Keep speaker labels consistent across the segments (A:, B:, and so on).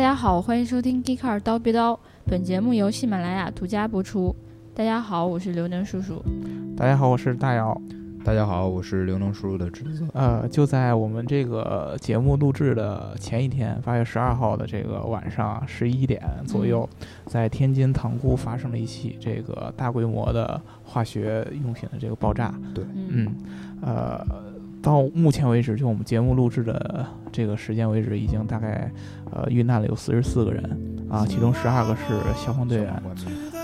A: 家好，欢迎收听《Geeker 刀逼刀》，本节目由喜马拉雅独家播出。大家好，我是刘能叔叔。
B: 大家好，我是大姚。
C: 大家好，我是刘能叔叔的侄子。
B: 呃，就在我们这个节目录制的前一天，八月十二号的这个晚上十一点左右，在天津塘沽发生了一起这个大规模的化学用品的这个爆炸。
A: 嗯
B: 嗯，呃，到目前为止，就我们节目录制的这个时间为止，已经大概呃遇难了有四十四个人啊，其中十二个是消防队员。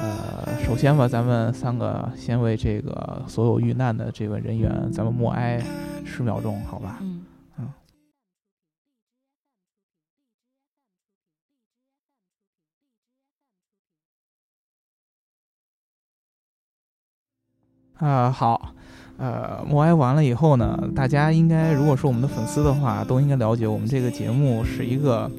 B: 呃，首先吧，咱们三个先为这个所有遇难的这个人员，咱们默哀十秒钟，好吧？
A: 嗯
B: 呃，好，呃，默哀完了以后呢，大家应该如果是我们的粉丝的话，都应该了解我们这个节目是一个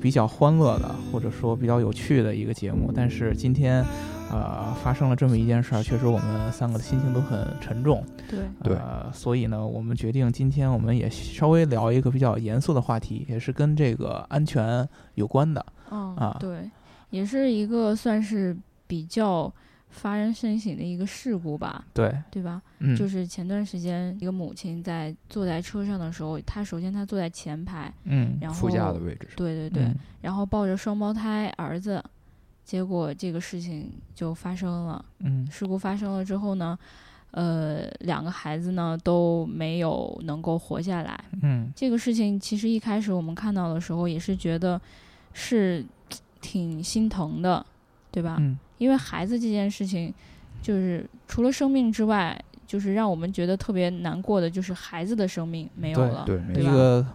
B: 比较欢乐的，或者说比较有趣的一个节目。但是今天，呃，发生了这么一件事儿，确实我们三个的心情都很沉重。
A: 对，
C: 对
B: 呃，所以呢，我们决定今天我们也稍微聊一个比较严肃的话题，也是跟这个安全有关的。
A: 嗯
B: 啊
A: 对，也是一个算是比较发人深省的一个事故吧，
B: 对，
A: 对吧？
B: 嗯，
A: 就是前段时间一个母亲在坐在车上的时候，她首先她坐在前排，
B: 嗯，
A: 然后
C: 副驾的位置上，
A: 对对对，
B: 嗯
A: 然后抱着双胞胎儿子，结果这个事情就发生了。
B: 嗯
A: 事故发生了之后呢，呃，两个孩子呢都没有能够活下来。
B: 嗯
A: 这个事情其实一开始我们看到的时候也是觉得是挺心疼的，对吧？
B: 嗯
A: 因为孩子这件事情，就是除了生命之外，就是让我们觉得特别难过的，就是孩子的生命没有
B: 对
A: 了，
C: 对没
B: 一
A: 吧
B: 个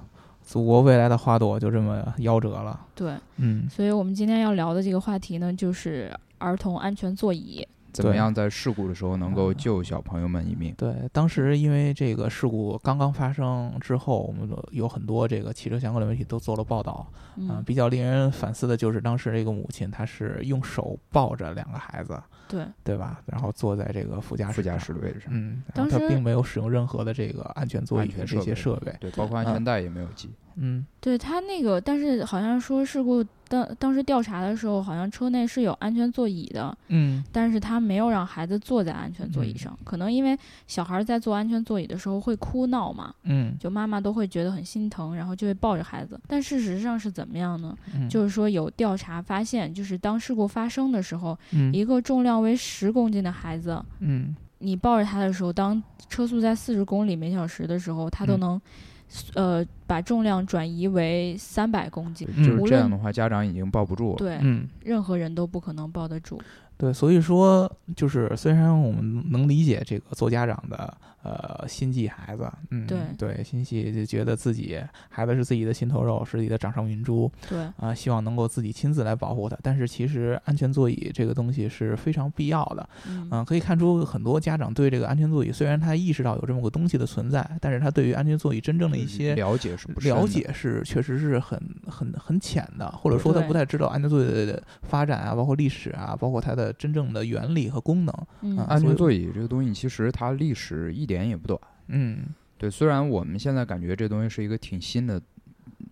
B: 祖国未来的花朵就这么夭折了。
A: 对。
B: 嗯，
A: 所以我们今天要聊的这个话题呢，就是儿童安全座椅。
C: 怎么
B: 对
C: 样在事故的时候能够救小朋友们一命？
B: 对，当时因为这个事故刚刚发生之后，我们都有很多这个汽车相关的媒体都做了报道。
A: 嗯，
B: 啊、比较令人反思的就是当时这个母亲，她是用手抱着两个孩子，
A: 对。
B: 对吧？然后坐在这个副驾驶
C: 副驾
B: 上
C: 驶的位置上，
B: 嗯，然
A: 当
B: 后他
A: 时
B: 并没有使用任何的这个安全座
C: 安
B: 椅的
C: 全
B: 这
C: 设
B: 些
C: 备
B: 设备。
C: 对，包括安全带也没有系。
B: 嗯，
A: 对他那个，但是好像说事故当当时调查的时候，好像车内是有安全座椅的，
B: 嗯，
A: 但是他没有让孩子坐在安全座椅上，可能因为小孩在坐安全座椅的时候会哭闹嘛，
B: 嗯，
A: 就妈妈都会觉得很心疼，然后就会抱着孩子。但事实上是怎么样呢？
B: 嗯
A: 就是说有调查发现，就是当事故发生的时候，
B: 嗯
A: 一个重量为十公斤的孩子，
B: 嗯
A: 你抱着他的时候，当车速在四十公里每小时的时候，他都
B: 嗯
A: 能，呃，把重量转移为三百公斤。
B: 嗯
C: 就是
A: 无
C: 这
A: 论
C: 样的话，家长已经抱不住了。
A: 对，
B: 嗯，
A: 任何人都不可能抱得住。
B: 对，所以说就是虽然我们能理解这个做家长的呃心系孩子，嗯，
A: 对
B: 对，心系就觉得自己孩子是自己的心头肉，是自己的掌上明珠
A: 对，
B: 啊、希望能够自己亲自来保护他。但是其实安全座椅这个东西是非常必要的，
A: 嗯，
C: 啊
B: 嗯、可以看出很多家长对这个安全座椅，虽然他意识到有这么个东西的存在，但是他对于安全座椅真正的
C: 嗯
B: 一些
C: 了解是不深的
B: 了，解是确实是很很很浅的，或者说他
A: 对
B: 不太知道安全座椅的发展啊，包括历史啊，包括它的真正的原理和功能。
A: 嗯
B: 啊
C: 安全座椅这个东西，其实它历史一点也不短。
B: 嗯
C: 对，虽然我们现在感觉这东西是一个挺新的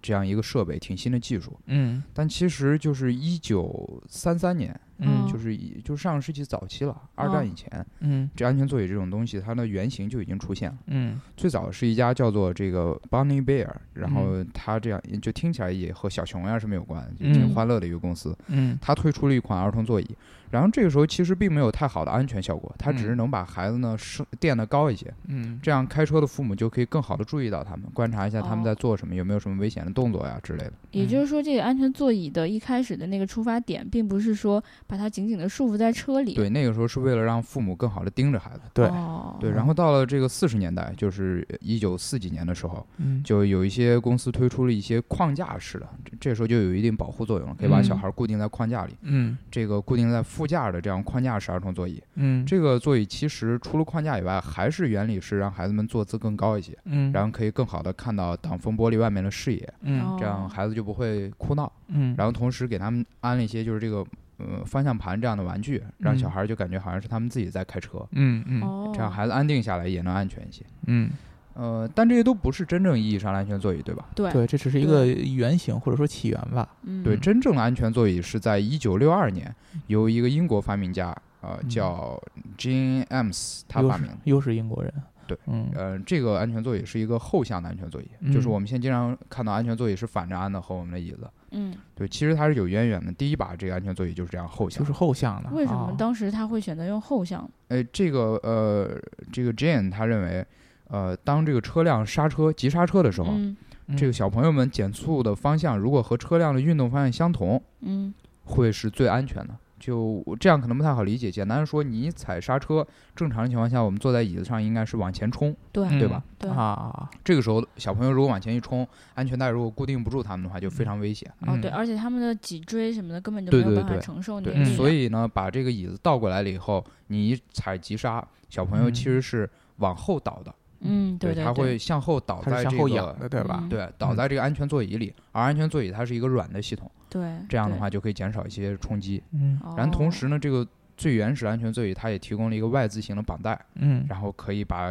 C: 这样一个设备，挺新的技术，
B: 嗯
C: 但其实就是一九三三年，
A: 嗯
C: 就是一就是上个世纪早期了，二战以前，
B: 嗯
C: 这安全座椅这种东西，它的原型就已经出现了。
B: 嗯
C: 最早是一家叫做这个 Bonnie Bear，然后它这样就听起来也和小熊呀什么有关，就挺
B: 嗯
C: 欢乐的一个公司。
B: 嗯
C: 它推出了一款儿童座椅，然后这个时候其实并没有太好的安全效果，它只是
B: 嗯
C: 能把孩子呢升垫得高一些，
B: 嗯
C: 这样开车的父母就可以更好的注意到他们，观察一下他们
A: 哦
C: 在做什么，有没有什么危险的动作呀之类的。
A: 也就是说，这个安全座椅的一开始的那个出发点，并不是说把它紧紧的束缚在车里。
C: 对，那个时候是为了让父母更好的盯着孩子。
B: 对
A: 哦，
C: 对，然后到了这个四十年代，就是一九四几年的时候，
B: 嗯
C: 就有一些公司推出了一些框架式的，这这时候就有一定保护作用了，可以把
B: 嗯
C: 小孩固定在框架里。
B: 嗯
C: 这个固定在副驾的这样框架式儿童座椅，
B: 嗯
C: 这个座椅其实除了框架以外，还是原理是让孩子们坐姿更高一些，
B: 嗯
C: 然后可以更好的看到挡风玻璃外面的视野，
B: 嗯
C: 这样
A: 哦
C: 孩子就不会哭闹。
B: 嗯
C: 然后同时给他们安了一些就是这个呃方向盘这样的玩具，让
B: 嗯
C: 小孩就感觉好像是他们自己在开车，
B: 嗯嗯
A: 哦，
C: 这样孩子安定下来也能安全一些。
B: 嗯
C: 呃，但这些都不是真正意义上的安全座椅，对吧？
A: 对
B: 对，这只是一个原型或者说起源吧。
A: 嗯
C: 对，真正的安全座椅是在一九六二年由一个英国发明家呃
B: 嗯
C: 叫 Jean Ames 他
B: 又
C: 发
B: 是
C: 明的。
B: 又是英国人。
C: 对，
B: 嗯，
C: 呃，这个安全座椅是一个后向的安全座椅，
B: 嗯
C: 就是我们现在经常看到安全座椅是反着安的和我们的椅子。
A: 嗯，
C: 对，其实它是有渊源的。第一把这个安全座椅就是这样后向
B: 就。是后向的。
A: 为什么
B: 啊
A: 当时他会选择用后向？
C: 哎，这个呃，这个 Jane 他认为，呃，当这个车辆刹车急刹车的时候，
A: 嗯
B: 嗯
C: 这个小朋友们减速的方向如果和车辆的运动方向相同，
A: 嗯
C: 会是最安全的。就这样可能不太好理解。简单地说，你踩刹车，正常的情况下，我们坐在椅子上应该是往前冲。
A: 对
B: 嗯
C: 对吧？
A: 对
B: 啊，
C: 这个时候，小朋友如果往前一冲，安全带如果固定不住他们的话，就非常危险。
A: 哦
B: 嗯
A: 对，而且他们的脊椎什么的根本就
C: 对
A: 没有
C: 对
A: 办法
C: 对
A: 承受你的
C: 对，
A: 力
C: 所
A: 量
C: 以呢，把这个椅子倒过来了以后，你一踩急刹，小朋友
B: 嗯
C: 其实是往后倒的，
A: 嗯对对，
C: 他
A: 对
C: 会向后倒
B: 它
C: 在
B: 是
C: 这
B: 向
C: 个
B: 后仰的，对吧？
A: 嗯
C: 对，倒在这个安全座椅里，而安全座椅它是一个软的系统，
A: 对
C: 这样的
A: 对
C: 话就可以减少一些冲击。
B: 嗯
A: 哦
C: 然后同时呢，这个最原始的安全座椅它也提供了一个 Y 字形的绑带，
B: 嗯
C: 然后可以把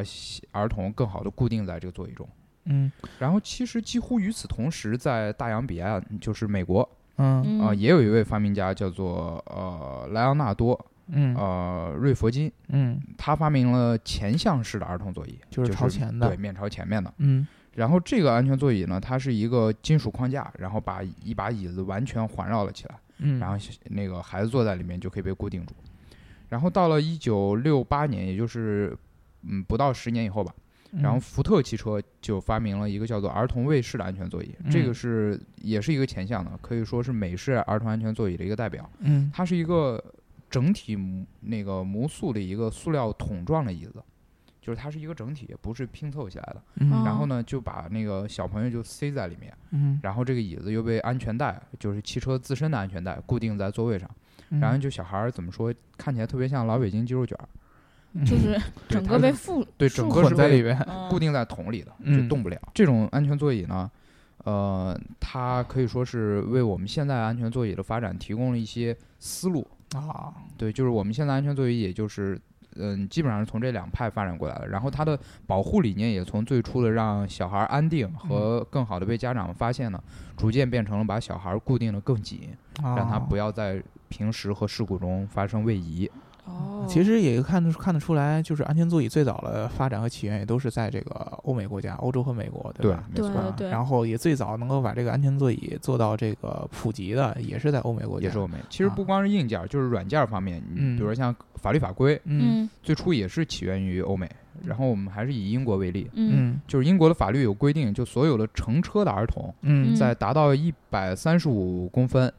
C: 儿童更好的固定在这个座椅中。
B: 嗯
C: 然后其实几乎与此同时，在大洋彼岸，就是美国
B: 嗯
A: 嗯
C: 啊、也有一位发明家叫做呃莱昂纳多
B: 嗯
C: 呃瑞佛金，
B: 嗯，
C: 他发明了前向式的儿童座椅，
B: 就
C: 就是是
B: 朝前的
C: 对，面朝前面的。
B: 嗯
C: 然后这个安全座椅呢，它是一个金属框架，然后把一把椅子完全环绕了起来，
B: 嗯，
C: 然后那个孩子坐在里面就可以被固定住。然后到了一九六八年，也就是嗯不到十年以后吧，
B: 嗯
C: 然后福特汽车就发明了一个叫做儿童卫士的安全座椅，这
B: 嗯
C: 个是也是一个前向的，可以说是美式儿童安全座椅的一个代表。
B: 嗯
C: 它是一个整体模那个模塑的一个塑料桶状的椅子，就是它是一个整体，不是拼凑起来的。
B: 嗯，
A: 哦
C: 然后呢，就把那个小朋友就塞在里面，
B: 嗯，
C: 然后这个椅子又被安全带，就是汽车自身的安全带固定在座位上，
B: 嗯
C: 然后就小孩儿怎么说，看起来特别像老北京鸡肉卷儿，
B: 嗯
A: 就是
C: 对
A: 整
C: 它
A: 个被
C: 嗯是
A: 附
C: 对
A: 束
C: 整
A: 缚
C: 个是
B: 混在
C: 被
B: 里边，
A: 嗯
C: 固定在桶里的，
B: 嗯
C: 就动不了。这种安全座椅呢，呃，它可以说是为我们现在安全座椅的发展提供了一些思路。
B: 啊，
C: 对，就是我们现在安全座椅，也就是嗯，基本上是从这两派发展过来的。然后它的保护理念也从最初的让小孩安定和
B: 嗯
C: 更好的被家长发现呢，逐渐变成了把小孩固定的更紧，
B: 哦
C: 让他不
B: 要。
C: 要在平时和事故中发生位移。
A: 哦，
B: 其实也看得看得出来，就是安全座椅最早的发展和起源也都是在这个欧美国家，欧洲和美国，吧？
C: 没
A: 对
C: 错，
B: 啊
A: 对
B: 然后也最早能够把这个安全座椅做到这个普及的，也是在欧美国家。
C: 也是我们。其实不光是硬件儿，就是软件儿方面，
B: 啊嗯
C: 你比如像法律法规，
B: 嗯
A: 嗯
C: 最初也是起源于欧美。然后我们还是以英国为例，
A: 嗯
B: 嗯
C: 就是英国的法律有规定，就所有的乘车的儿童
B: 嗯
C: 在达到一百三十五公分，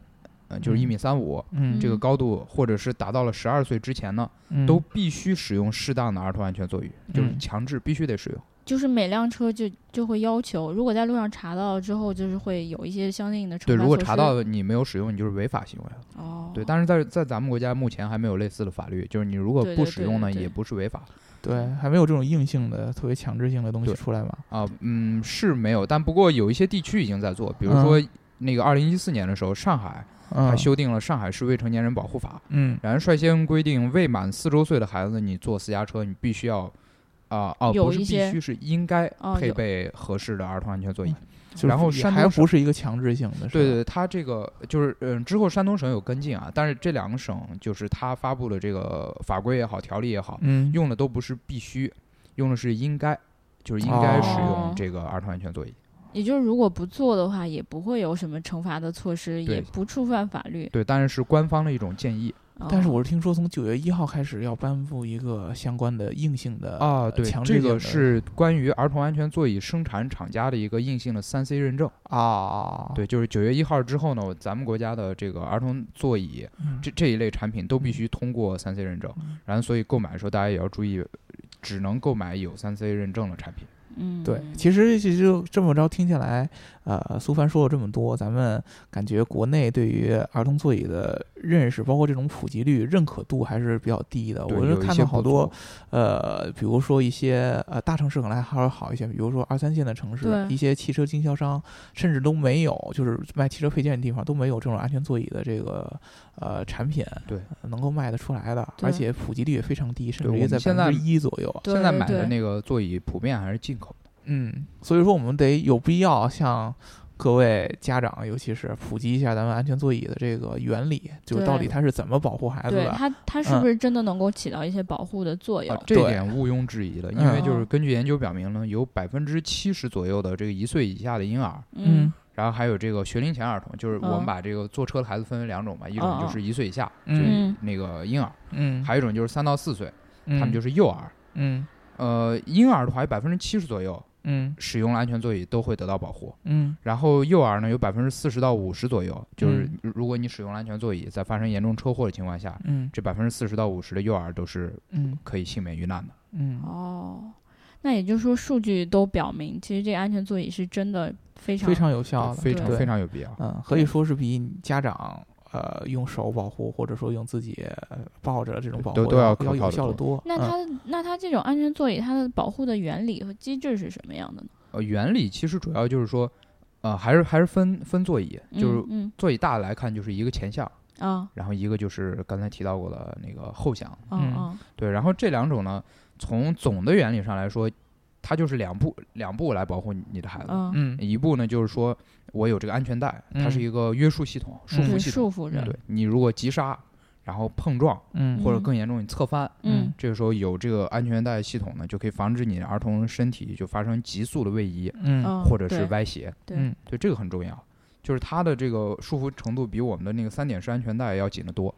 C: 呃，就是
B: 嗯
C: 一米三五
B: 嗯
C: 这个高度，或者是达到了十二岁之前呢，
B: 嗯
C: 都必须使用适当的儿童安全座椅，就是
B: 嗯
C: 强制必须得使用。
A: 就是每辆车就就会要求，如果在路上查到之后，就是会有一些相应的惩罚
C: 对，如果
A: 措
C: 查
A: 施
C: 到你没有使用，你就是违法行为了。
A: 哦，
C: 对，但是在在咱们国家目前还没有类似的法律，就是你如果
A: 对对
C: 不
A: 对
C: 使用呢，
A: 对对
C: 也不是违法。
B: 对，还没有这种硬性的、特别强制性的东西
C: 对
B: 出来嘛。
C: 啊，嗯，是没有，但不过有一些地区已经在做，比如说那个二零一四年的时候，上海它
B: 嗯
C: 修订了《上海市未成年人保护法
B: 嗯》，
C: 然后率先规定未满四周岁的孩子，你坐私家车，你必须要。啊哦，
A: 有
C: 不是
A: 一
C: 必
A: 些
C: 须是应该
A: 哦
C: 配
A: 有
C: 备合适的儿童安全座椅。
B: 嗯就是
C: 然后
B: 也
C: 山
B: 还
C: 东省
B: 不是一个强制性的，是
C: 对
B: 吧
C: 对，它这个就是嗯，之后山东省有跟进啊，但是这两个省就是它发布的这个法规也好，条例也好，
B: 嗯，
C: 用的都不是必须，用的是应该，就是应该使
A: 哦
C: 用这个儿童安全座椅。
A: 也就是如果不做的话，也不会有什么惩罚的措施，也不触犯法律。
C: 对，当然是官方的一种建议。
A: 哦
B: 但是我是听说从九月一号开始要颁布一个相关的硬性的
C: 啊，对，
B: 强制
C: 这
B: 性的
C: 个是关于儿童安全座椅生产厂家的一个硬性的三 C 认证。
B: 啊，
C: 对，就是九月一号之后呢，咱们国家的这个儿童座椅
B: 嗯，
C: 这这一类产品都必须通过三 C 认证。然后，所以购买的时候大家也要注意，只能购买有三 C 认证的产品。
A: 嗯，
B: 对，其实其实就这么着听下来，呃，苏凡说了这么多，咱们感觉国内对于儿童座椅的认识，包括这种普及率、认可度还是比较低的。
C: 对
B: 我是
C: 有一
B: 看
C: 些
B: 到好
C: 不
B: 多
C: 足，
B: 呃，比如说一些呃大城市可能还稍微好一些，比如说二三线的城市，
A: 对
B: 一些汽车经销商甚至都没有，就是卖汽车配件的地方都没有这种安全座椅的这个呃产品，
C: 对，
B: 能够卖得出来的，
A: 对
B: 而且普及率也非常低，甚至
C: 对我
B: 于
C: 们
B: 在
C: 现
B: 百
C: 在
B: 分之一左右。
A: 对
C: 现在买
A: 对
C: 的那个座椅普遍还是进口的，
B: 嗯，所以说我们得有必要向各位家长，尤其是普及一下咱们安全座椅的这个原理，就是
A: 对
B: 到底它是怎么保护孩子
A: 对
B: 的。
A: 它它是不是真的能够起到一些保护的作用？
C: 嗯啊，这
B: 对
C: 点毋庸置疑的，因为
A: 嗯
C: 就是根据研究表明呢，有百分之七十左右的这个一岁以下的婴儿，
A: 嗯
C: 然后还有这个学龄前儿童，就是我们
A: 嗯
C: 把这个坐车的孩子分为两种吧，一种就
A: 嗯
C: 是一岁以下，就是
B: 嗯
A: 嗯
C: 那个婴儿，
B: 嗯，
C: 还有一种就是三到四岁，
B: 他
C: 他们就是是幼儿。
B: 嗯
C: 呃，婴儿的话有百分之七十左右
B: 嗯
C: 使用了安全座椅都会得到保护，
B: 嗯
C: 然后幼儿呢有百分之四十到五十左右，就是如果你使用了安全座椅，在发生严重车祸的情况下，
B: 嗯
C: 这百分之四十到五十的幼儿都是
B: 嗯
C: 可以幸免于难的。
B: 嗯，
A: 哦，那也就是说，数据都表明，其实这个安全座椅是真的非常
B: 非常有效的，
C: 非常
B: 对
C: 非常有必要。
B: 嗯，可以说是比你家长呃用手保护，或者说用自己呃抱着这种保护
C: 都都要可
B: 要
C: 靠
B: 有
C: 得
B: 效的多。
A: 那
B: 嗯
A: 它、那它这种安全座椅，它的保护的原理和机制是什么样的呢？
C: 呃，原理其实主要就是说，呃，还是还是分分座椅，就是
A: 嗯
C: 座椅大来看就是一个前向，
A: 嗯啊
C: 然后一个就是刚才提到过的那个后向，
A: 啊
B: 嗯
A: 啊
C: 对，然后这两种呢，从总的原理上来说，它就是两步两步来保护你的孩子，
A: 啊，
B: 嗯
C: 一步呢就是说我有这个安全带，它是
B: 嗯
C: 一个约束系统、束
B: 嗯
C: 缚
A: 对，
C: 系统，
A: 束缚着，
C: 对你如果急刹，然后碰撞
B: 嗯
C: 或者更严重你侧翻，
A: 嗯
C: 这个时候有这个安全带系统呢，就可以防止你的儿童身体就发生急速的位移，
B: 嗯
A: 嗯，
C: 或者是
A: 对
C: 歪斜。
A: 对
B: 嗯
C: 对，这个很重要，就是它的这个束缚程度比我们的那个三点式安全带要紧得多。
A: 嗯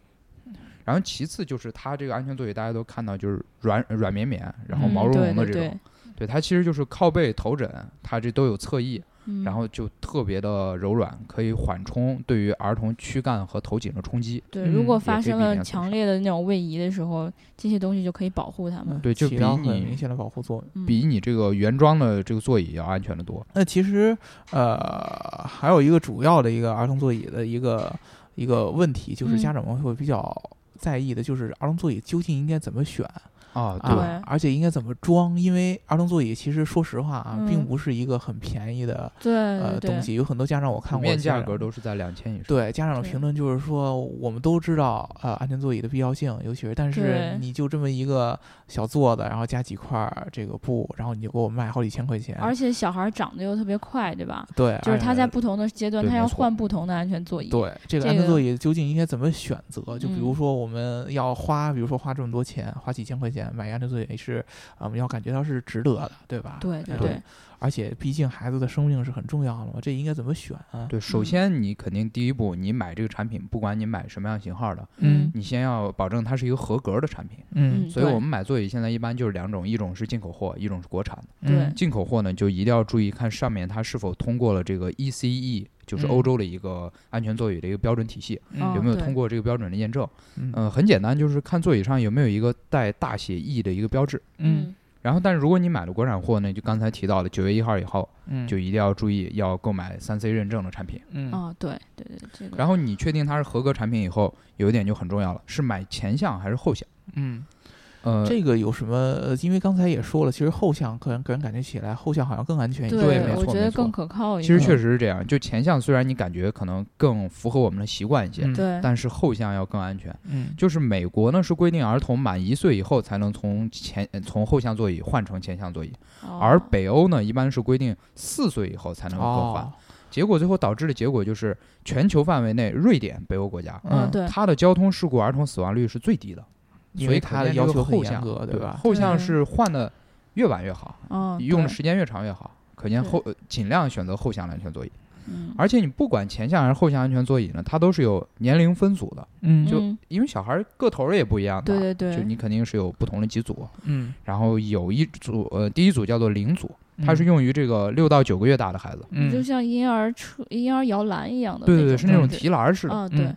C: 然后其次就是它这个安全座椅，大家都看到就是软软绵绵，然后
A: 嗯
C: 毛茸茸的这
A: 对
C: 种，
A: 对对
C: 对它其实就是靠背、头枕，它这都有侧翼，
A: 嗯、
C: 然后就特别的柔软，可以缓冲对于儿童躯干和头颈的冲击。
A: 对，
B: 嗯
A: 如果
C: 也可
A: 发
C: 以
A: 生
C: 避免
A: 了
C: 损
A: 强
C: 伤
A: 烈的那种位移的时候，这些东西就可以保护他们
B: 嗯。
C: 对就
B: 起
C: 比
B: 到很
C: 你
B: 明显的保护作用。
A: 嗯
C: 比你这个原装的这个座椅要安全得多。
B: 那其实呃，还有一个主要的一个儿童座椅的一个一个问题，就是
A: 嗯
B: 家长们会比较在意的，就是儿童座椅究竟应该怎么选
C: 啊，
A: 对
B: 啊，而且应该怎么装，因为儿童座椅其实说实话啊，并
A: 嗯
B: 不是一个很便宜的
A: 对
B: 呃
A: 对对
B: 东西，有很多家长我看
C: 普
B: 过
C: 遍
B: 家
C: 价
B: 长
C: 格都是在两千以上。
B: 对家长的
A: 对
B: 评论就是说，我们都知道呃安全座椅的必要性，尤其是但是
A: 对
B: 你就这么一个小座子，然后加几块儿这个布，然后你就给我卖好几千块钱，
A: 而且小孩儿长得又特别快，对吧？
B: 对，
A: 就是
B: 而
A: 他
B: 且
A: 在不同的阶段，
C: 对
A: 他
C: 没
A: 要
C: 错
A: 换不同的安全座椅。
B: 对这个
A: 这
B: 安全
A: 个
B: 座椅究竟应该怎么选择？就比如
A: 嗯
B: 说我们要花，比如说花这么多钱，花几千块钱买安全座椅是，啊我们要感觉到是值得的，对吧？
A: 对对
B: 呃
A: 对，
B: 而且毕竟孩子的生命是很重要的嘛，这应该怎么选啊？，
C: 对，首
A: 嗯
C: 先你肯定第一步，你买这个产品，不管你买什么样型号的，
B: 嗯
C: 你先要保证它是一个合格的产品。
B: 嗯
A: 嗯
C: 所以
A: 对
C: 我们买座椅现在一般就是两种，一种是进口货，一种是国产的。
B: 嗯
C: 进口货呢，就一定要注意看上面它是否通过了这个 ECE，就是
B: 嗯
C: 欧洲的一个安全座椅的一个标准体系，
A: 哦
C: 有没有
A: 对
C: 通过这个标准的验证？
B: 嗯
C: 嗯、很简单，就是看座椅上有没有一个带大写 E 的一个标志。
B: 嗯
C: 然后，但是如果你买了国产货呢，就刚才提到的九月一号以后，
B: 嗯
C: 就一定要注意要购买三 C 认证的产品。
A: 嗯
B: 嗯
A: 啊，对对对，这个
C: 然后你确定它是合格产品以后，有一点就很重要了，是买前项还是后项？
B: 嗯，
C: 呃，
B: 这个有什么？呃因为刚才也说了，其实后向个人个人感觉起来，后向好像更安全一些。
C: 对没
A: 我
C: 错
A: 觉
C: 没
A: 得
C: 错
A: 更可靠一
C: 其
A: 些。
C: 实确实是这样。就前项虽然你感觉可能更符合我们的习惯一些，
B: 嗯
A: 对，
C: 但是后项要更安全。
B: 嗯
C: 就是美国呢是规定儿童满一岁以后才能从前呃从后向座椅换成前向座椅，而
A: 哦
C: 北欧呢一般是规定四岁以后才能更换。
B: 哦
C: 结果最后导致的结果就是全球范围内，瑞典北欧国家。
A: 嗯
B: 嗯，
A: 对，
C: 它的交通事故儿童死亡率是最低的，
B: 因
C: 所以
B: 为
C: 可
B: 它的
C: 见
B: 要
C: 这个
B: 求很
C: 后
B: 严
C: 向
B: 格，对吧？
C: 后项
A: 对
C: 是换的越晚越好，
A: 嗯，
C: 用的
A: 对
C: 时间越长越好。可见
A: 对
C: 后呃尽量选择后向的安全座椅，
A: 嗯
C: 而且你不管前向还是后向安全座椅呢，它都是有年龄分组的，
B: 嗯
C: 就
A: 嗯
C: 因为小孩儿个头儿也不一样的，
A: 对对对，
C: 就你肯定是有不同的几组，
B: 嗯，
C: 然后有一组呃第一组叫做零组，它是
B: 嗯
C: 用于这个六到九个月大的孩子，
A: 你
B: 嗯
A: 就像婴儿车、婴儿摇篮一样的
C: 对对
A: 种
C: 对，是那种
A: 装置
C: 提篮儿似的，
A: 啊，
B: 嗯
A: 对，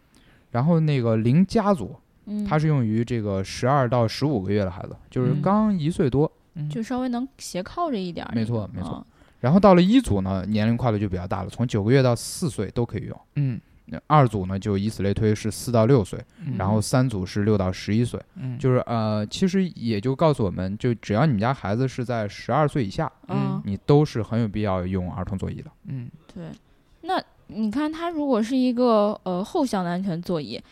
C: 然后那个零家组，
A: 嗯，
C: 它是用于这个十二到十五个月的孩子，就是
B: 嗯
C: 刚一岁多，
B: 嗯
A: 就稍微能斜靠着一点儿那
C: 没
A: 种，
C: 错没错
A: 啊，
C: 然后到了一组呢，年龄跨度就比较大了，从九个月到四岁都可以用。
B: 嗯，
C: 那二组呢，就以此类推是四到六岁，
B: 嗯
C: 然后三组是六到十一岁，
B: 嗯
C: 就是呃，其实也就告诉我们，就只要你们家孩子是在十二岁以下，
A: 嗯，
C: 你都是很有必要用儿童座椅的。
B: 嗯
A: 对。那你看，它如果是一个呃后向的安全座椅，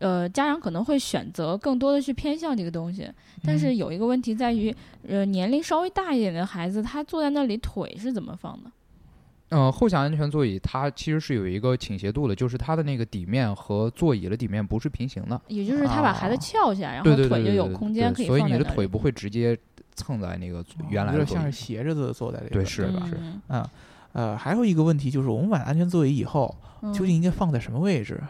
A: 呃，家长可能会选择更多的去偏向这个东西，但是
C: 嗯
A: 有一个问题在于，呃，年龄稍微大一点的孩子，他坐在那里腿是怎么放的？
C: 呃，后向安全座椅它其实是有一个倾斜度的，就是它的那个底面和座椅的底面不是平行的，
A: 也就是他把孩子
B: 啊
A: 翘起来，然
C: 对
A: 后
C: 对对
A: 腿就
C: 对
A: 有
C: 对
A: 空间可
C: 对
A: 以
C: 所以
A: 放
C: 你
A: 在
C: 的
A: 那
C: 腿
A: 里，哦
C: 不会直接蹭在那个座原来
B: 有
C: 的
B: 点
C: 座
B: 像是
C: 椅。
B: 斜着的坐在这个，
C: 对是
B: 吧？
C: 吧
A: 嗯
B: 嗯，呃，还有一个问题就是，我们买了安全座椅以后，
A: 嗯
B: 究竟应该放在什么位置？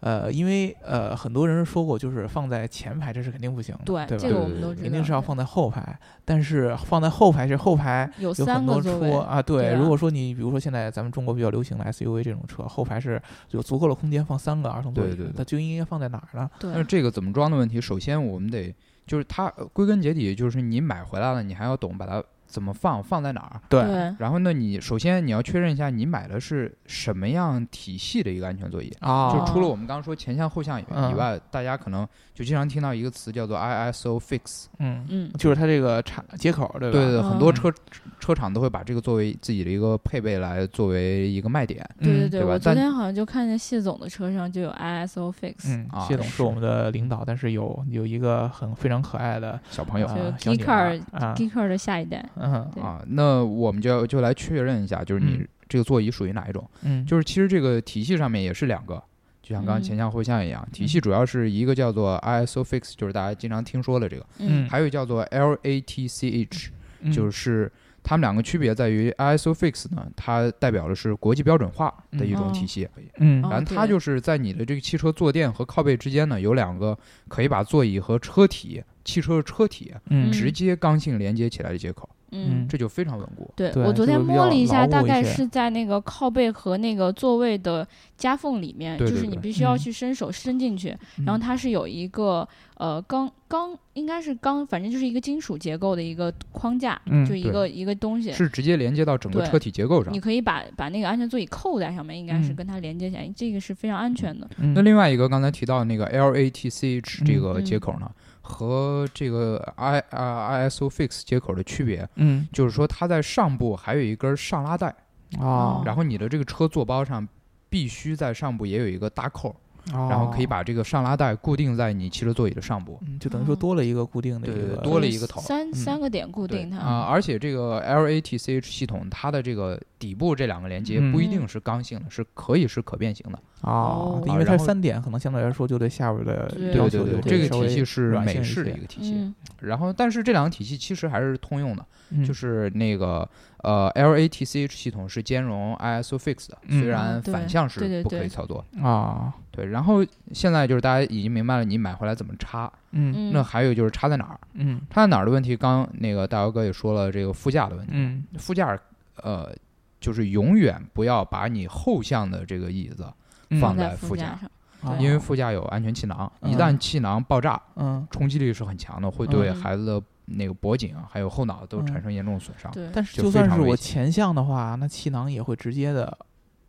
B: 呃，因为呃，很多人说过，就是放在前排这是肯定不行的，
A: 嗯对
B: 对吧？
A: 这个我们
C: 对
A: 都
C: 对
A: 知道，
B: 一定是要放在后排，但是放在后排是后排
A: 有
B: 有
A: 三
B: 很
A: 个
B: 多
A: 座
B: 车
A: 位，
B: 啊，对。
A: 对啊
B: 如果说你比如说现在咱们中国比较流行的 SUV 这种车，后排是有足够的空间放三个儿童座椅
C: 对对对
B: 它究竟应该放在哪儿呢？
C: 但
A: 对，
C: 是这个怎么装的问题，首先我们得就是它呃归根结底就是你买回来了，你还要懂把它怎么放，放在哪儿。
B: 对
A: 对，
C: 然后呢，你首先你要确认一下你买的是什么样体系的一个安全座椅。
B: 啊，
C: 就除了我们刚刚说前向后向以
B: 嗯
C: 以外，大家可能就经常听到一个词叫做 ISO fix，
B: 嗯，
A: 嗯，
B: 就是它这个插接口，对吧？
C: 对对，
A: 嗯
C: 很多车车厂都会把这个作为自己的一个配备来作为一个卖点
A: 对对
B: 嗯
A: 对，
C: 对吧
A: 我昨
C: 但
A: 天好像就看见谢总的车上就有 ISO fix，
B: 嗯，
C: 啊
B: 谢总
C: 是
B: 是我们的领导，但是有有一个很非常可爱的
C: 小朋友
A: 就
B: 啊
A: 是
B: 小女
A: Geeker-
B: 孩儿啊，
A: Geeker 的下一代，
B: 嗯
A: 对
C: 啊。那我们就要就来确认一下，就是你
B: 嗯
C: 这个座椅属于哪一种？
B: 嗯，
C: 就是其实这个体系上面也是两个，就像刚刚
A: 嗯
C: 前向后向一样，体系主要是一个叫做 ISO fix，就是大家经常听说的这个，
B: 嗯
C: 还有叫做 LATCH，
B: 嗯
C: 就是它们两个区别在于 ISO fix 呢，它代表的是国际标准化的一种体系，
B: 嗯
A: 哦
C: 然后它
A: 对
C: 就是在你的这个汽车坐垫和靠背之间呢，有两个可以把座椅和车体、汽车的车体
B: 嗯
A: 嗯
C: 直接刚性连接起来的接口，
A: 嗯
B: 嗯
C: 这就非常稳固。
A: 对
B: 对
A: 我昨
B: 就
A: 天
B: 比
A: 摸
B: 较
A: 了一下，
B: 牢
A: 大
B: 固一
A: 概
B: 些
A: 是在那个靠背和那个座位的夹缝里面，
C: 对对
A: 就是你
C: 对
A: 必须要
B: 嗯
A: 去伸手伸进去，然后
B: 嗯
A: 它是有一个呃钢钢，应该是钢，反正就是一个金属结构的一个框架，
B: 嗯
A: 就一
C: 对
A: 个一个东西。
C: 是直接连接到整个
A: 对
C: 车体结构上
A: 你。可以把把那个安全座椅扣在上面，应该是
B: 嗯
A: 跟它连接起来，这个是非常安全的。
B: 嗯
C: 那另外一个刚才提到那个 LATCH
B: 嗯
C: 这个
A: 嗯
C: 接口呢，和这个 I 啊 ISO fix 接口的区别，
B: 嗯
C: 就是说它在上部还有一根上拉带，
B: 啊，
C: 然后你的这个车座包上必须在上部也有一个搭扣，
B: 哦
C: 然后可以把这个上拉带固定在你汽车座椅的上部。
B: 嗯就等于说多了一个固定的
C: 对
B: 一
C: 对
B: 个
C: 多了
A: 就是
C: 一个头儿
A: 三
B: 嗯
A: 三个点固定它。
C: 啊、而且这个 LATCH 系统，它的这个底部这两个连接
B: 嗯
C: 不一定是刚性的，是可以是可变性的。
B: 啊
A: 哦，
B: 因为它
C: 然
B: 是
C: 后
B: 三点，可能相对来说就对下边的
A: 对
B: 要
C: 对
B: 求
C: 对
B: 就
C: 对，
B: 会
C: 这个
B: 稍
C: 体
B: 微
C: 系是
B: 软性
C: 美
B: 一
C: 式的
B: 些
C: 一个体系。
A: 嗯，
C: 然后，但是这两个体系其实还是通用的，
B: 嗯
C: 就是那个呃 LATCH 系统是兼容 ISO fix 的，
B: 嗯
C: 虽
A: 啊
C: 然
A: 对
C: 反向
A: 对对
C: 是不可
A: 对
C: 以操作。
B: 啊，
C: 对，然后现在就是大家已经明白了，你买回来怎么插。
B: 嗯
A: 嗯
C: 那还有就是插在哪儿，
B: 嗯
C: 插在哪儿的问题，刚刚那个大姚哥也说了，这个副驾的问题。
B: 嗯
C: 副驾呃，就是永远不要把你后向的这个椅子，
B: 嗯
C: 放
A: 在
C: 在
A: 副
C: 副
A: 驾
C: 驾
A: 上，
B: 啊
C: 因为副驾有安全气囊，
B: 嗯
C: 一旦气囊爆炸，
B: 嗯，
C: 冲击力是很强的，会对
A: 嗯
C: 孩子的那个脖颈还有后脑都产生严重损伤。
A: 对，
B: 但是
C: 就
B: 就
C: 非
B: 算
C: 常
B: 是
C: 危
B: 我
C: 险
B: 前向的话，那气囊也会直接的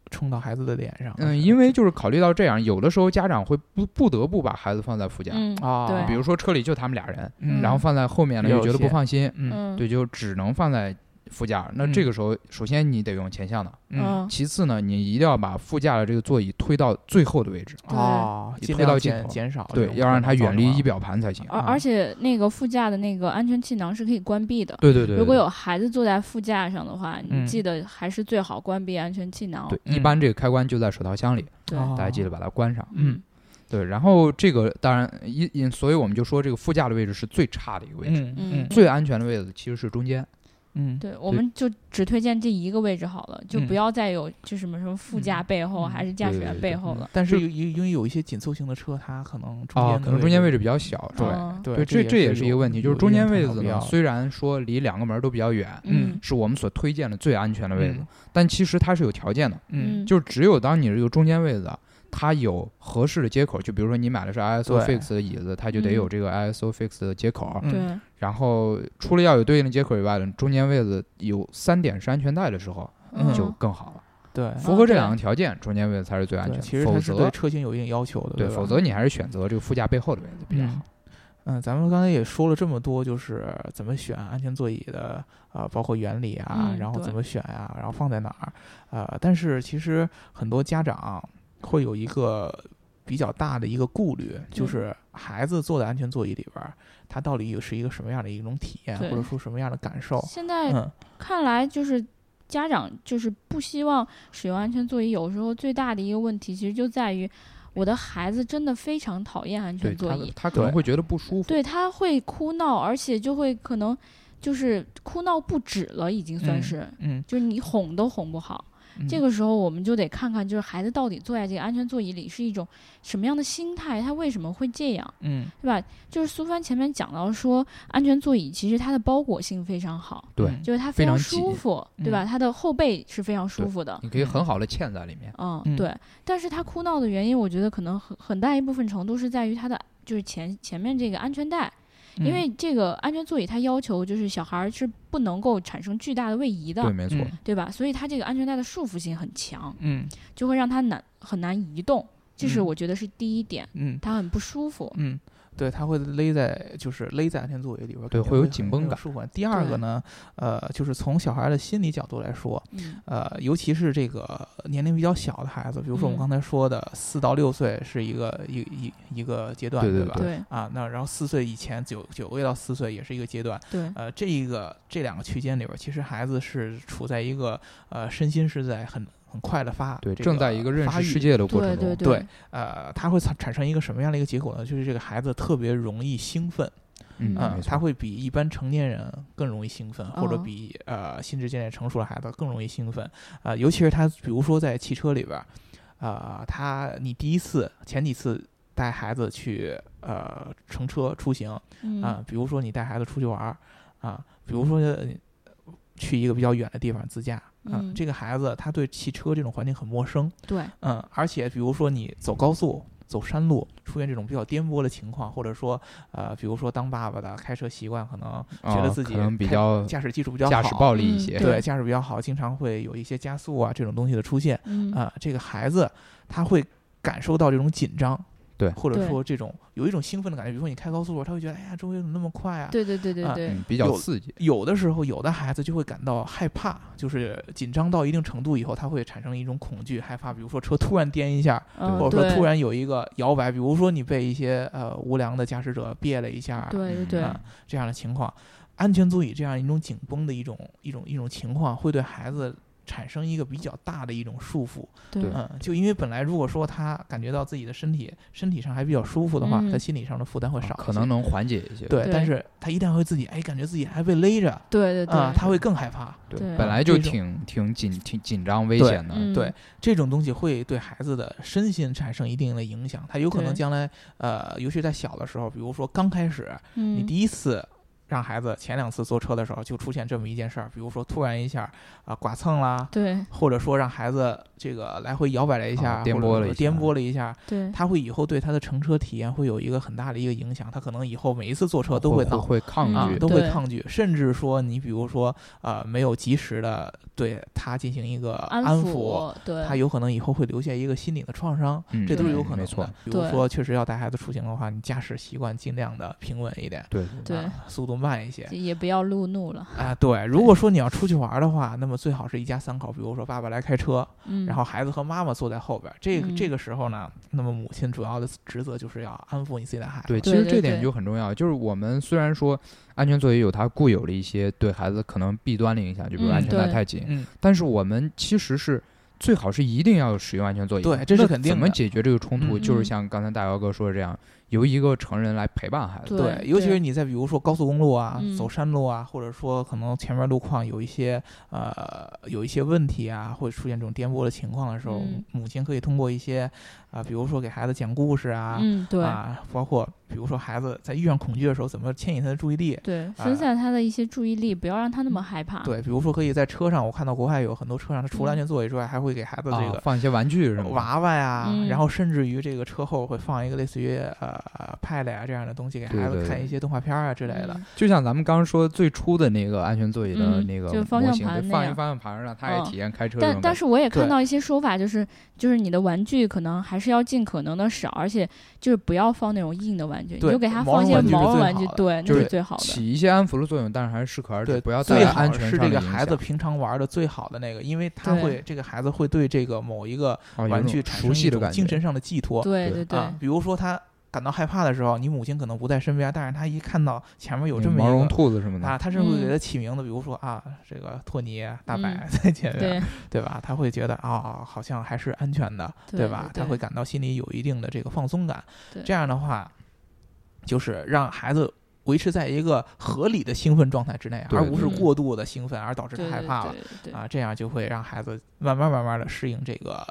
B: 冲到孩子啊的脸上。
C: 嗯，因为就是考虑到这样，有的时候家长会不不得不把孩子放在副驾，
A: 嗯，
B: 啊，
A: 对
C: 比如说车里就他们俩人，
B: 嗯
C: 然后放在后面呢
B: 也
C: 又
B: 有
C: 觉得
B: 些
C: 不放心，
B: 嗯
A: 嗯，
C: 对，就只能放在副驾。那
B: 嗯
C: 这个时候，首先你得用前向的，
A: 嗯，
C: 其次呢，你一定要把副驾的这个座椅推到最后的位置，
A: 对
B: 哦，
C: 一
B: 尽
C: 推
B: 量
C: 到尽
B: 减
C: 头
B: 减少哦这
C: 对
B: 种，
C: 要
B: 可能
C: 让它
B: 造
C: 远
B: 成
C: 离
B: 的
C: 仪表盘才行。
A: 而
B: 啊
A: 而且那个副驾的那个安全气囊是可以关闭的。
C: 对对对，
A: 如果有孩子坐在副驾上的话，
B: 嗯
A: 你记得还是最好关闭安全气囊。
C: 对，
B: 嗯
C: 一般这个开关就在手套箱里，
A: 对
B: 哦
C: 大家记得把它关上。
B: 嗯
C: 对，然后这个当然因因，所以我们就说这个副驾的位置是最差的一个位置，
B: 嗯
A: 嗯
B: 嗯
C: 最安全的位置其实是中间。
B: 嗯
A: 对我们就只推荐这一个位置好了，就不
B: 嗯
A: 要再有就什么什么副驾背后
B: 嗯
A: 还是驾驶员
C: 对对对
A: 背后
B: 嗯
A: 了。
B: 但是有有因为有一些紧凑型的车，它可能中
C: 啊
B: 间，
C: 可能中间位
B: 置
C: 置比较小，
A: 对
B: 对
C: 对，这
B: 这
C: 也是
B: 是
C: 一个问题，
B: 有
C: 就是
B: 有
C: 中
B: 一
C: 间
B: 定
C: 位
B: 参考
C: 置
B: 必要
C: 呢，
B: 的
C: 虽然说离两个门都比较远，
A: 嗯
C: 是我们所推荐的最安全的位置，
B: 嗯
C: 但其实它是有条件的，
B: 嗯
C: 就只有当你这个中间位置啊，它有合适的接口，就比如说你买的是 ISO
B: 对
C: fix 的椅子，它就
A: 嗯
C: 得有这个 ISO fix 的接口，
B: 嗯
A: 对
C: 然后除了要有对应的接口以外呢，中间位置有三点式安全带的时候
A: 嗯哦
C: 就更好了。
B: 对
C: 符合这
A: 对
C: 两个条件，中间位置才是最安
B: 嗯对，
C: 全
B: 其实
C: 的，
B: 它
C: 否
B: 是对
C: 则
B: 车型有一定要求的，
C: 对，
B: 吧
C: 否则你还是选择这个副驾背后的位置比较好。
B: 嗯，咱们刚才也说了这么多，就是怎么选安全座椅的，呃，包括原理啊，
A: 嗯
B: 然后
A: 对
B: 怎么选啊，然后放在哪儿，呃，但是其实很多家长会有一个比较大的一个顾虑，就
A: 对
B: 是孩子坐在安全座椅里边儿，他到底有是一个什么样的一种体验，或
A: 对哎
B: 者说什么样的感受？
A: 现在
B: 嗯，
A: 看来就是家长就是不希望使用安全座椅，有时候最大的一个问题其实就在于我的孩子真的非常讨厌安
C: 对
A: 全座
C: 他
A: 椅，
C: 他可能
B: 对
C: 会觉得不舒服。
A: 对他会哭闹，而且就会可能就是哭闹不止了，已经算
B: 嗯
A: 是，
B: 嗯，
A: 就是你哄都哄不好。
B: 嗯
A: 这个时候我们就得看看，就是孩子到底坐在这个安全座椅里是一种什么样的心态，他为什么会这样，
B: 嗯
A: 对吧？就是苏帆前面讲到说，安全座椅其实它的包裹性非常好，
C: 对
B: 嗯
A: 就是它
C: 非常
A: 舒
C: 紧
A: 服，
B: 嗯
A: 对吧？它的后背是非常舒
C: 对
A: 服的。
C: 你可以很好的嵌在里面。
A: 嗯，
B: 嗯
A: 对，但是他哭闹的原因，我觉得可能很很大一部分程度是在于他的就是前前面这个安全带，
B: 嗯
A: 因为这个安全座椅它要求就是小孩儿是不能够产生巨大的位移的，
C: 对，没错。
B: 嗯
A: 对吧？所以它这个安全带的束缚性很强，
B: 嗯
A: 就会让他难很难移动，这是
B: 嗯
A: 我觉得是第一点，
B: 嗯
A: 他很不舒服。
B: 嗯，对，它会勒在，就是勒在安全座椅里边儿，肯
C: 对
B: 定
C: 会有
B: 很
C: 紧绷
B: 很
C: 感
B: 舒缓。第二个
A: 对
B: 呢，呃，就是从小孩儿的心理角度来说，
A: 嗯，
B: 呃，尤其是这个年龄比较小的孩子，比如说我们
A: 嗯
B: 刚才说的，四到六岁是一个一一一个阶段，
C: 对对
B: 吧？
A: 嗯对
B: 啊，那然后四岁以前，九九个月到四岁也是一个阶段。
A: 对
B: 呃，这一个这两个区间里边儿，其实孩子是处在一个呃身心是在很很快的发
C: 对，
B: 这
C: 正在一个认
B: 发
C: 识
B: 育
C: 世界的过程
A: 对
C: 中，
A: 对
B: 对呃，它会产产生一个什么样的一个结果呢？就是这个孩子特别容易兴奋，
C: 嗯，
B: 啊、
C: 没
B: 他
C: 错，
B: 会比一般成年人更容易兴奋，或者
A: 哦
B: 比呃心智渐渐成熟的孩子更容易兴奋。啊，尤其是他，比如说在汽车里边儿，啊，他你第一次前几次带孩子去呃乘车出行啊、
A: 嗯
B: 比如说你带孩子出去玩儿啊、比如说。呃去一个比较远的地方自驾啊、
A: 嗯
B: 这个孩子他对汽车这种环境很陌生，
A: 对
B: 嗯，而且比如说你走高速、走山路，出现这种比较颠簸的情况，或者说，呃，比如说当爸爸的开车习惯可能觉得
C: 啊
B: 自己
C: 可能比
B: 开
C: 较
B: 驾驶技术比较
C: 驾驶
B: 好，
C: 暴力
A: 嗯
C: 一些。
B: 对驾驶比较好，经常会有一些加速啊这种东西的出现
A: 嗯
B: 啊、这个孩子他会感受到这种紧张，
C: 对
B: 或者
A: 对
B: 说这种有一种兴奋的感觉，比如说你开高速的时候，他会觉得哎呀周围怎么那么快啊？
A: 对对对对
B: 啊
A: 对
C: 嗯，比较
B: 有
C: 刺激。
B: 有的时候，有的孩子就会感到害怕，就是紧张到一定程度以后，他会产生一种恐惧、害怕。比如说车突然颠一下，
A: 嗯
B: 或者说
A: 对
B: 突然有一个摇摆，比如说你被一些呃无良的驾驶者别了一下，
A: 对对对
B: 啊这样的情况，安全座椅这样一种紧绷的一种一种一种情况，会对孩子产生一个比较大的一种束缚。
A: 对
C: 对
B: 嗯，就因为本来如果说他感觉到自己的身体身体上还比较舒服的话，
A: 嗯
B: 他心理上的负担会
C: 啊
B: 少一些、
C: 可能能缓解一些。
B: 对，
A: 对
B: 但是他一旦会自己哎感觉自己还被勒着
A: 对对
B: 啊
A: 对，，
B: 他会更害怕。
C: 对
A: 对
C: 本来就
B: 这种
C: 挺挺紧挺紧张危
B: 对
C: 险的。
A: 嗯
B: 对这种东西会对孩子的身心产生一定的影响，他有可能
A: 对
B: 将来，呃，尤其是在小的时候，比如说刚开始，你
A: 嗯
B: 第一次让孩子前两次坐车的时候，就出现这么一件事儿，比如说突然一下啊、剐蹭啦，
A: 对
B: 或者说让孩子这个来回摇摆了一下，
C: 啊颠簸
B: 或者说
C: 了一下
B: 颠簸了一下，
A: 对
B: 他会以后对他的乘车体验会有一个很大的一个影响，他可能以后每一次坐车都
C: 会
B: 闹。
C: 会抗
A: 嗯
B: 啊
C: 拒，
B: 都会
A: 对
B: 抗拒，甚至说你比如说，呃，没有及时的对他进行一个安
A: 抚对
B: 他有可能以后会留下一个心理的创伤，
C: 嗯
B: 这都是有
C: 对
B: 可能的。
C: 没错，
B: 比如
A: 对
B: 说，确实要带孩子出行的话，你驾驶习惯尽量的平稳一点，
C: 对
A: 对
B: 啊速度慢一些。
A: 也不要路怒了，
B: 啊，对，如果说你要出去玩的话，那么最好是一家三口，比如说爸爸来开车，
A: 嗯，
B: 然后孩子和妈妈坐在后边。这个
A: 嗯
B: 这个时候呢，那么母亲主要的职责就是要安抚你自己的孩子。
C: 对，
A: 对
C: 其实
A: 对
C: 这点
A: 对
C: 就很重要。就是我们虽然说安全座椅有它固有的一些对孩子可能弊端的影响，就比
A: 嗯
C: 如安全带
A: 对
C: 太紧，
B: 嗯，
C: 但是我们其实是最好是一定要使用安全座椅。
B: 对这是
C: 那
B: 肯定
C: 怎么
B: 的
C: 解决这个冲突？
B: 嗯
C: 就是
A: 嗯
C: 像刚才大姚哥说的这样，由一个成人来陪伴孩子。
B: 对
A: 对，
B: 尤其
A: 对
B: 是你在比如说高速公路啊、
A: 嗯
B: 走山路啊，或者说可能前面路况有一些呃有一些问题啊，会出现这种颠簸的情况的时候，
A: 嗯
B: 母亲可以通过一些啊、比如说给孩子讲故事啊，
A: 嗯对
B: 啊，包括比如说孩子在遇上恐惧的时候，怎么牵引他的注意力。
A: 对，
B: 啊
A: 分散他的一些注意力，不要让他那么害怕。
B: 嗯对，比如说可以在车上，我看到国外有很多车上，它除
A: 嗯
B: 了安全座椅之外，还会给孩子这
C: 啊
B: 个
C: 放一些玩具什么的。
B: 娃娃呀，
A: 嗯
B: 然后甚至于这个车后会放一个类似于呃呃 Pad 呀、这样的东西给
C: 对
B: 孩子
C: 对
B: 看
C: 对
B: 一些动画片儿啊之类的。
A: 嗯
C: 就像咱们刚刚说最初的那个安全座椅的
A: 嗯
C: 那个
A: 就方
C: 模
A: 向
C: 型
A: 盘
C: 对
A: 那
C: 放一
A: 样
C: 方向盘，让他也
A: 嗯
C: 体验开车这
A: 但
C: 种
A: 但
C: 感觉。
A: 是我也看
B: 对
A: 到一些说法，就是就是你的玩具可能还是要尽可能的少，而且就是不要放那种硬的玩具，你
B: 对
A: 就给它
B: 毛
A: 放一
B: 绒
A: 些
B: 玩具是
A: 毛绒
B: 最
A: 玩
B: 好
A: 具
B: 的，
A: 对，
C: 就
A: 那
C: 是
A: 是最好的。
C: 起一些安抚的作用，但是还是适可而止，
B: 对，
C: 不要带
B: 最
C: 来
B: 好
C: 安全
B: 是
C: 上
B: 这
C: 的
B: 个
C: 影
B: 孩子
C: 响
B: 平常玩的最好的那个，因为他
A: 对
B: 会这个孩子会对这个某一个
C: 哦有
B: 玩
C: 种
B: 具产
C: 熟
B: 生一
C: 悉的
B: 种
C: 感
B: 精
C: 觉
B: 神。上的寄托。
A: 对
C: 对
A: 对对，
B: 啊，比如说他感到害怕的时候，你母亲可能不在身边，但是他一看到前面有
C: 那
B: 这么
C: 嗯毛绒
B: 一个
C: 兔子什么的
B: 啊，，他是会给
A: 嗯
B: 他起名字，比如说啊，这个托尼、啊大白
A: 嗯
B: 在前面，
A: 对
B: 对吧？他会觉得啊、好像还是安全的，
A: 对
B: 吧？
A: 对
B: 他会感到心里有一定的这个放松感。
A: 对
B: 这样的话，就是让孩子维持在一个合理的兴奋状态之内，
C: 对
B: 而不是
A: 对
B: 过度的兴奋而导致他
A: 嗯对
B: 害
A: 对
B: 怕了
A: 对对
B: 啊。这样就会让孩子慢慢慢慢的适应这个。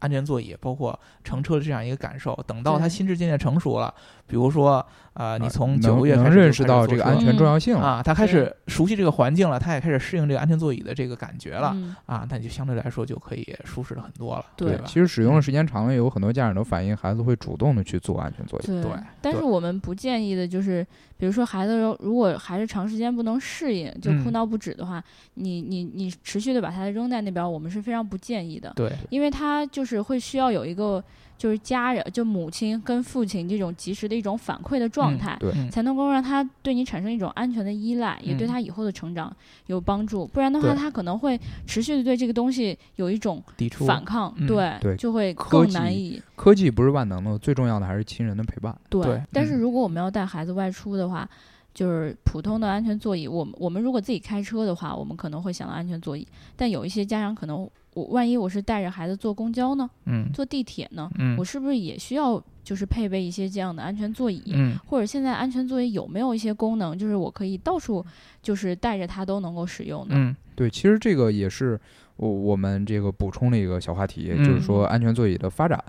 B: 安全座椅，包括乘车的这样一个感受，等到他
A: 对
B: 心智渐渐成熟了，比如说，呃，你从
C: 啊能
B: 九个月
C: 能
B: 开始就
C: 认
B: 开
C: 识
B: 始
C: 到
B: 坐
C: 这个
B: 车
C: 安全重要性了。
B: 啊，他开
A: 对
B: 始熟悉这个环境了，他也开始适应这个安全座椅的这个感觉了、
A: 嗯
B: 啊，那你就相对来说就可以舒适的很多了，
A: 对
B: 吧嗯
C: 其？实使用的时间长了，有很多家长都反映孩子会主动的去做安全座椅。
A: 对
B: 对
A: 但
B: 对
A: 是我们不建议的就是，比如说孩子如如果还是长时间不能适应，就哭
B: 嗯
A: 闹不止的话，你你你持续的把它扔在那边儿，我们是非常不建议的。
B: 对
A: 因为他就是会需要有一个就是家人，就母亲跟父亲这种及时的一种反馈的状
B: 嗯
A: 态，
C: 对
B: 嗯
A: 才能够让他对你产生一种安全的依赖，也对
B: 嗯
A: 他以后的成长有帮助。不然的话，
B: 对
A: 他可能会持续的对这个东西有一种
B: 抵触
A: 反抗，
B: 嗯
A: 对，
C: 对
A: 就会
C: 科
A: 更难
C: 技
A: 以
C: 科技不是万能的，最重要的还是亲人的陪伴。
A: 对。
B: 对
A: 但是
B: 嗯
A: 如果我们要带孩子外出的话，就是普通的安全座椅，我们我们如果自己开车的话，我们可能会想到安全座椅，但有一些家长可能，我万一我是带着孩子坐公交呢，
B: 嗯
A: 坐地铁呢，
B: 嗯
A: 我是不是也需要就是配备一些这样的安全座椅？
B: 嗯
A: 或者现在安全座椅有没有一些功能，就是我可以到处就是带着它都能够使用的？
B: 嗯
C: 对，其实这个也是我我们这个补充的一个小话题，
B: 嗯
C: 就是说安全座椅的发展。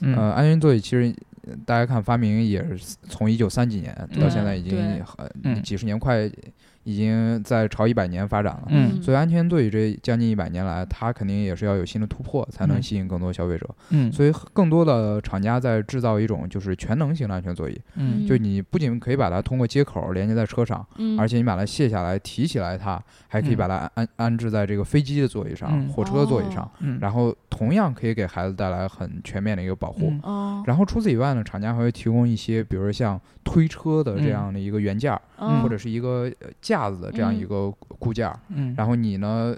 B: 嗯
C: 呃，安全座椅其实呃大家看发明也是从一九三几年到
B: 对
C: 现在已经
A: 对
C: 很、
B: 嗯
C: 几十年，快已经在朝一百年发展了。
B: 嗯
C: 所以安全座椅这将近一百年来，它肯定也是要有新的突破，才能
B: 嗯
C: 吸引更多消费者。
B: 嗯
C: 所以更多的厂家在制造一种就是全能型的安全座椅，
B: 嗯
C: 就你不仅可以把它通过接口连接在车上，
A: 嗯，
C: 而且你把它卸下来提起来它，还可以
B: 嗯
C: 把它安安安置在这个飞机的座椅上、
B: 嗯
C: 火车座椅上
A: 哦，
B: 嗯，
C: 然后同样可以给孩子带来很全面的一个保护。
B: 嗯
A: 哦，
C: 然后除此以外呢，厂家还会提供一些，比如说像推车的这样的一个原件儿，
A: 嗯
C: 或者是一个呃架子的这样一个固件儿。
B: 嗯，
C: 然后你呢，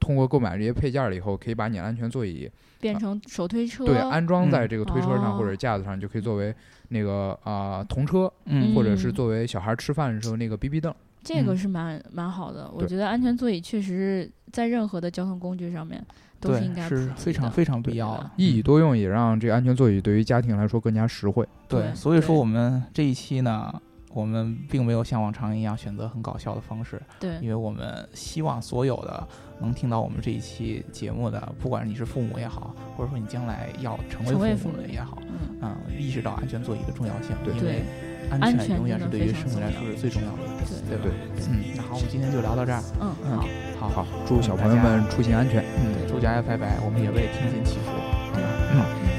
C: 通过购买这些配件儿了以后，可以把你的安全座椅
A: 变成手推车，啊
C: 对安装在这个推车上
A: 哦
C: 或者架子上，就可以作为那个啊童车，
B: 嗯
C: 或者是作为小孩吃饭的时候那个 BB 凳。
A: 这个
B: 嗯
A: 是蛮蛮好的。我
C: 对
A: 觉得安全座椅确实是在任何的交通工具上面嗯都
B: 对
A: 应该普
B: 是
A: 及
B: 非常
A: 的
B: 非常
A: 对
B: 必要
A: 的
B: 的，
C: 一椅多用也让这个安全座椅对于家庭来说更加实惠。
B: 对，
A: 对
B: 所以说
A: 对
B: 我们这一期呢，我们并没有像往常一样选择很搞笑的方式，
A: 对
B: 因为我们希望所有的能听到我们这一期节目的，不管你是父母也好，或者说你将来要成
A: 成为
B: 为父
A: 父
B: 母
A: 母
B: 的也好，
A: 嗯
B: 啊、意识到安全座椅的重要性，
C: 对
B: 因为
A: 对
B: 安
A: 安全
B: 永远是
A: 真的
B: 对
A: 非
B: 于
A: 常
B: 生命来
A: 重
B: 说
A: 要
B: 是最重要的，
A: 对
B: 对吧？
C: 对
B: 嗯，那好，我们今天就聊到这儿，
A: 嗯
B: 嗯
A: 好，
B: 好，
C: 好，祝小朋友们出行安全。
B: 嗯，祝大家拜拜，我们也为听见祈福，好吧？
C: 嗯，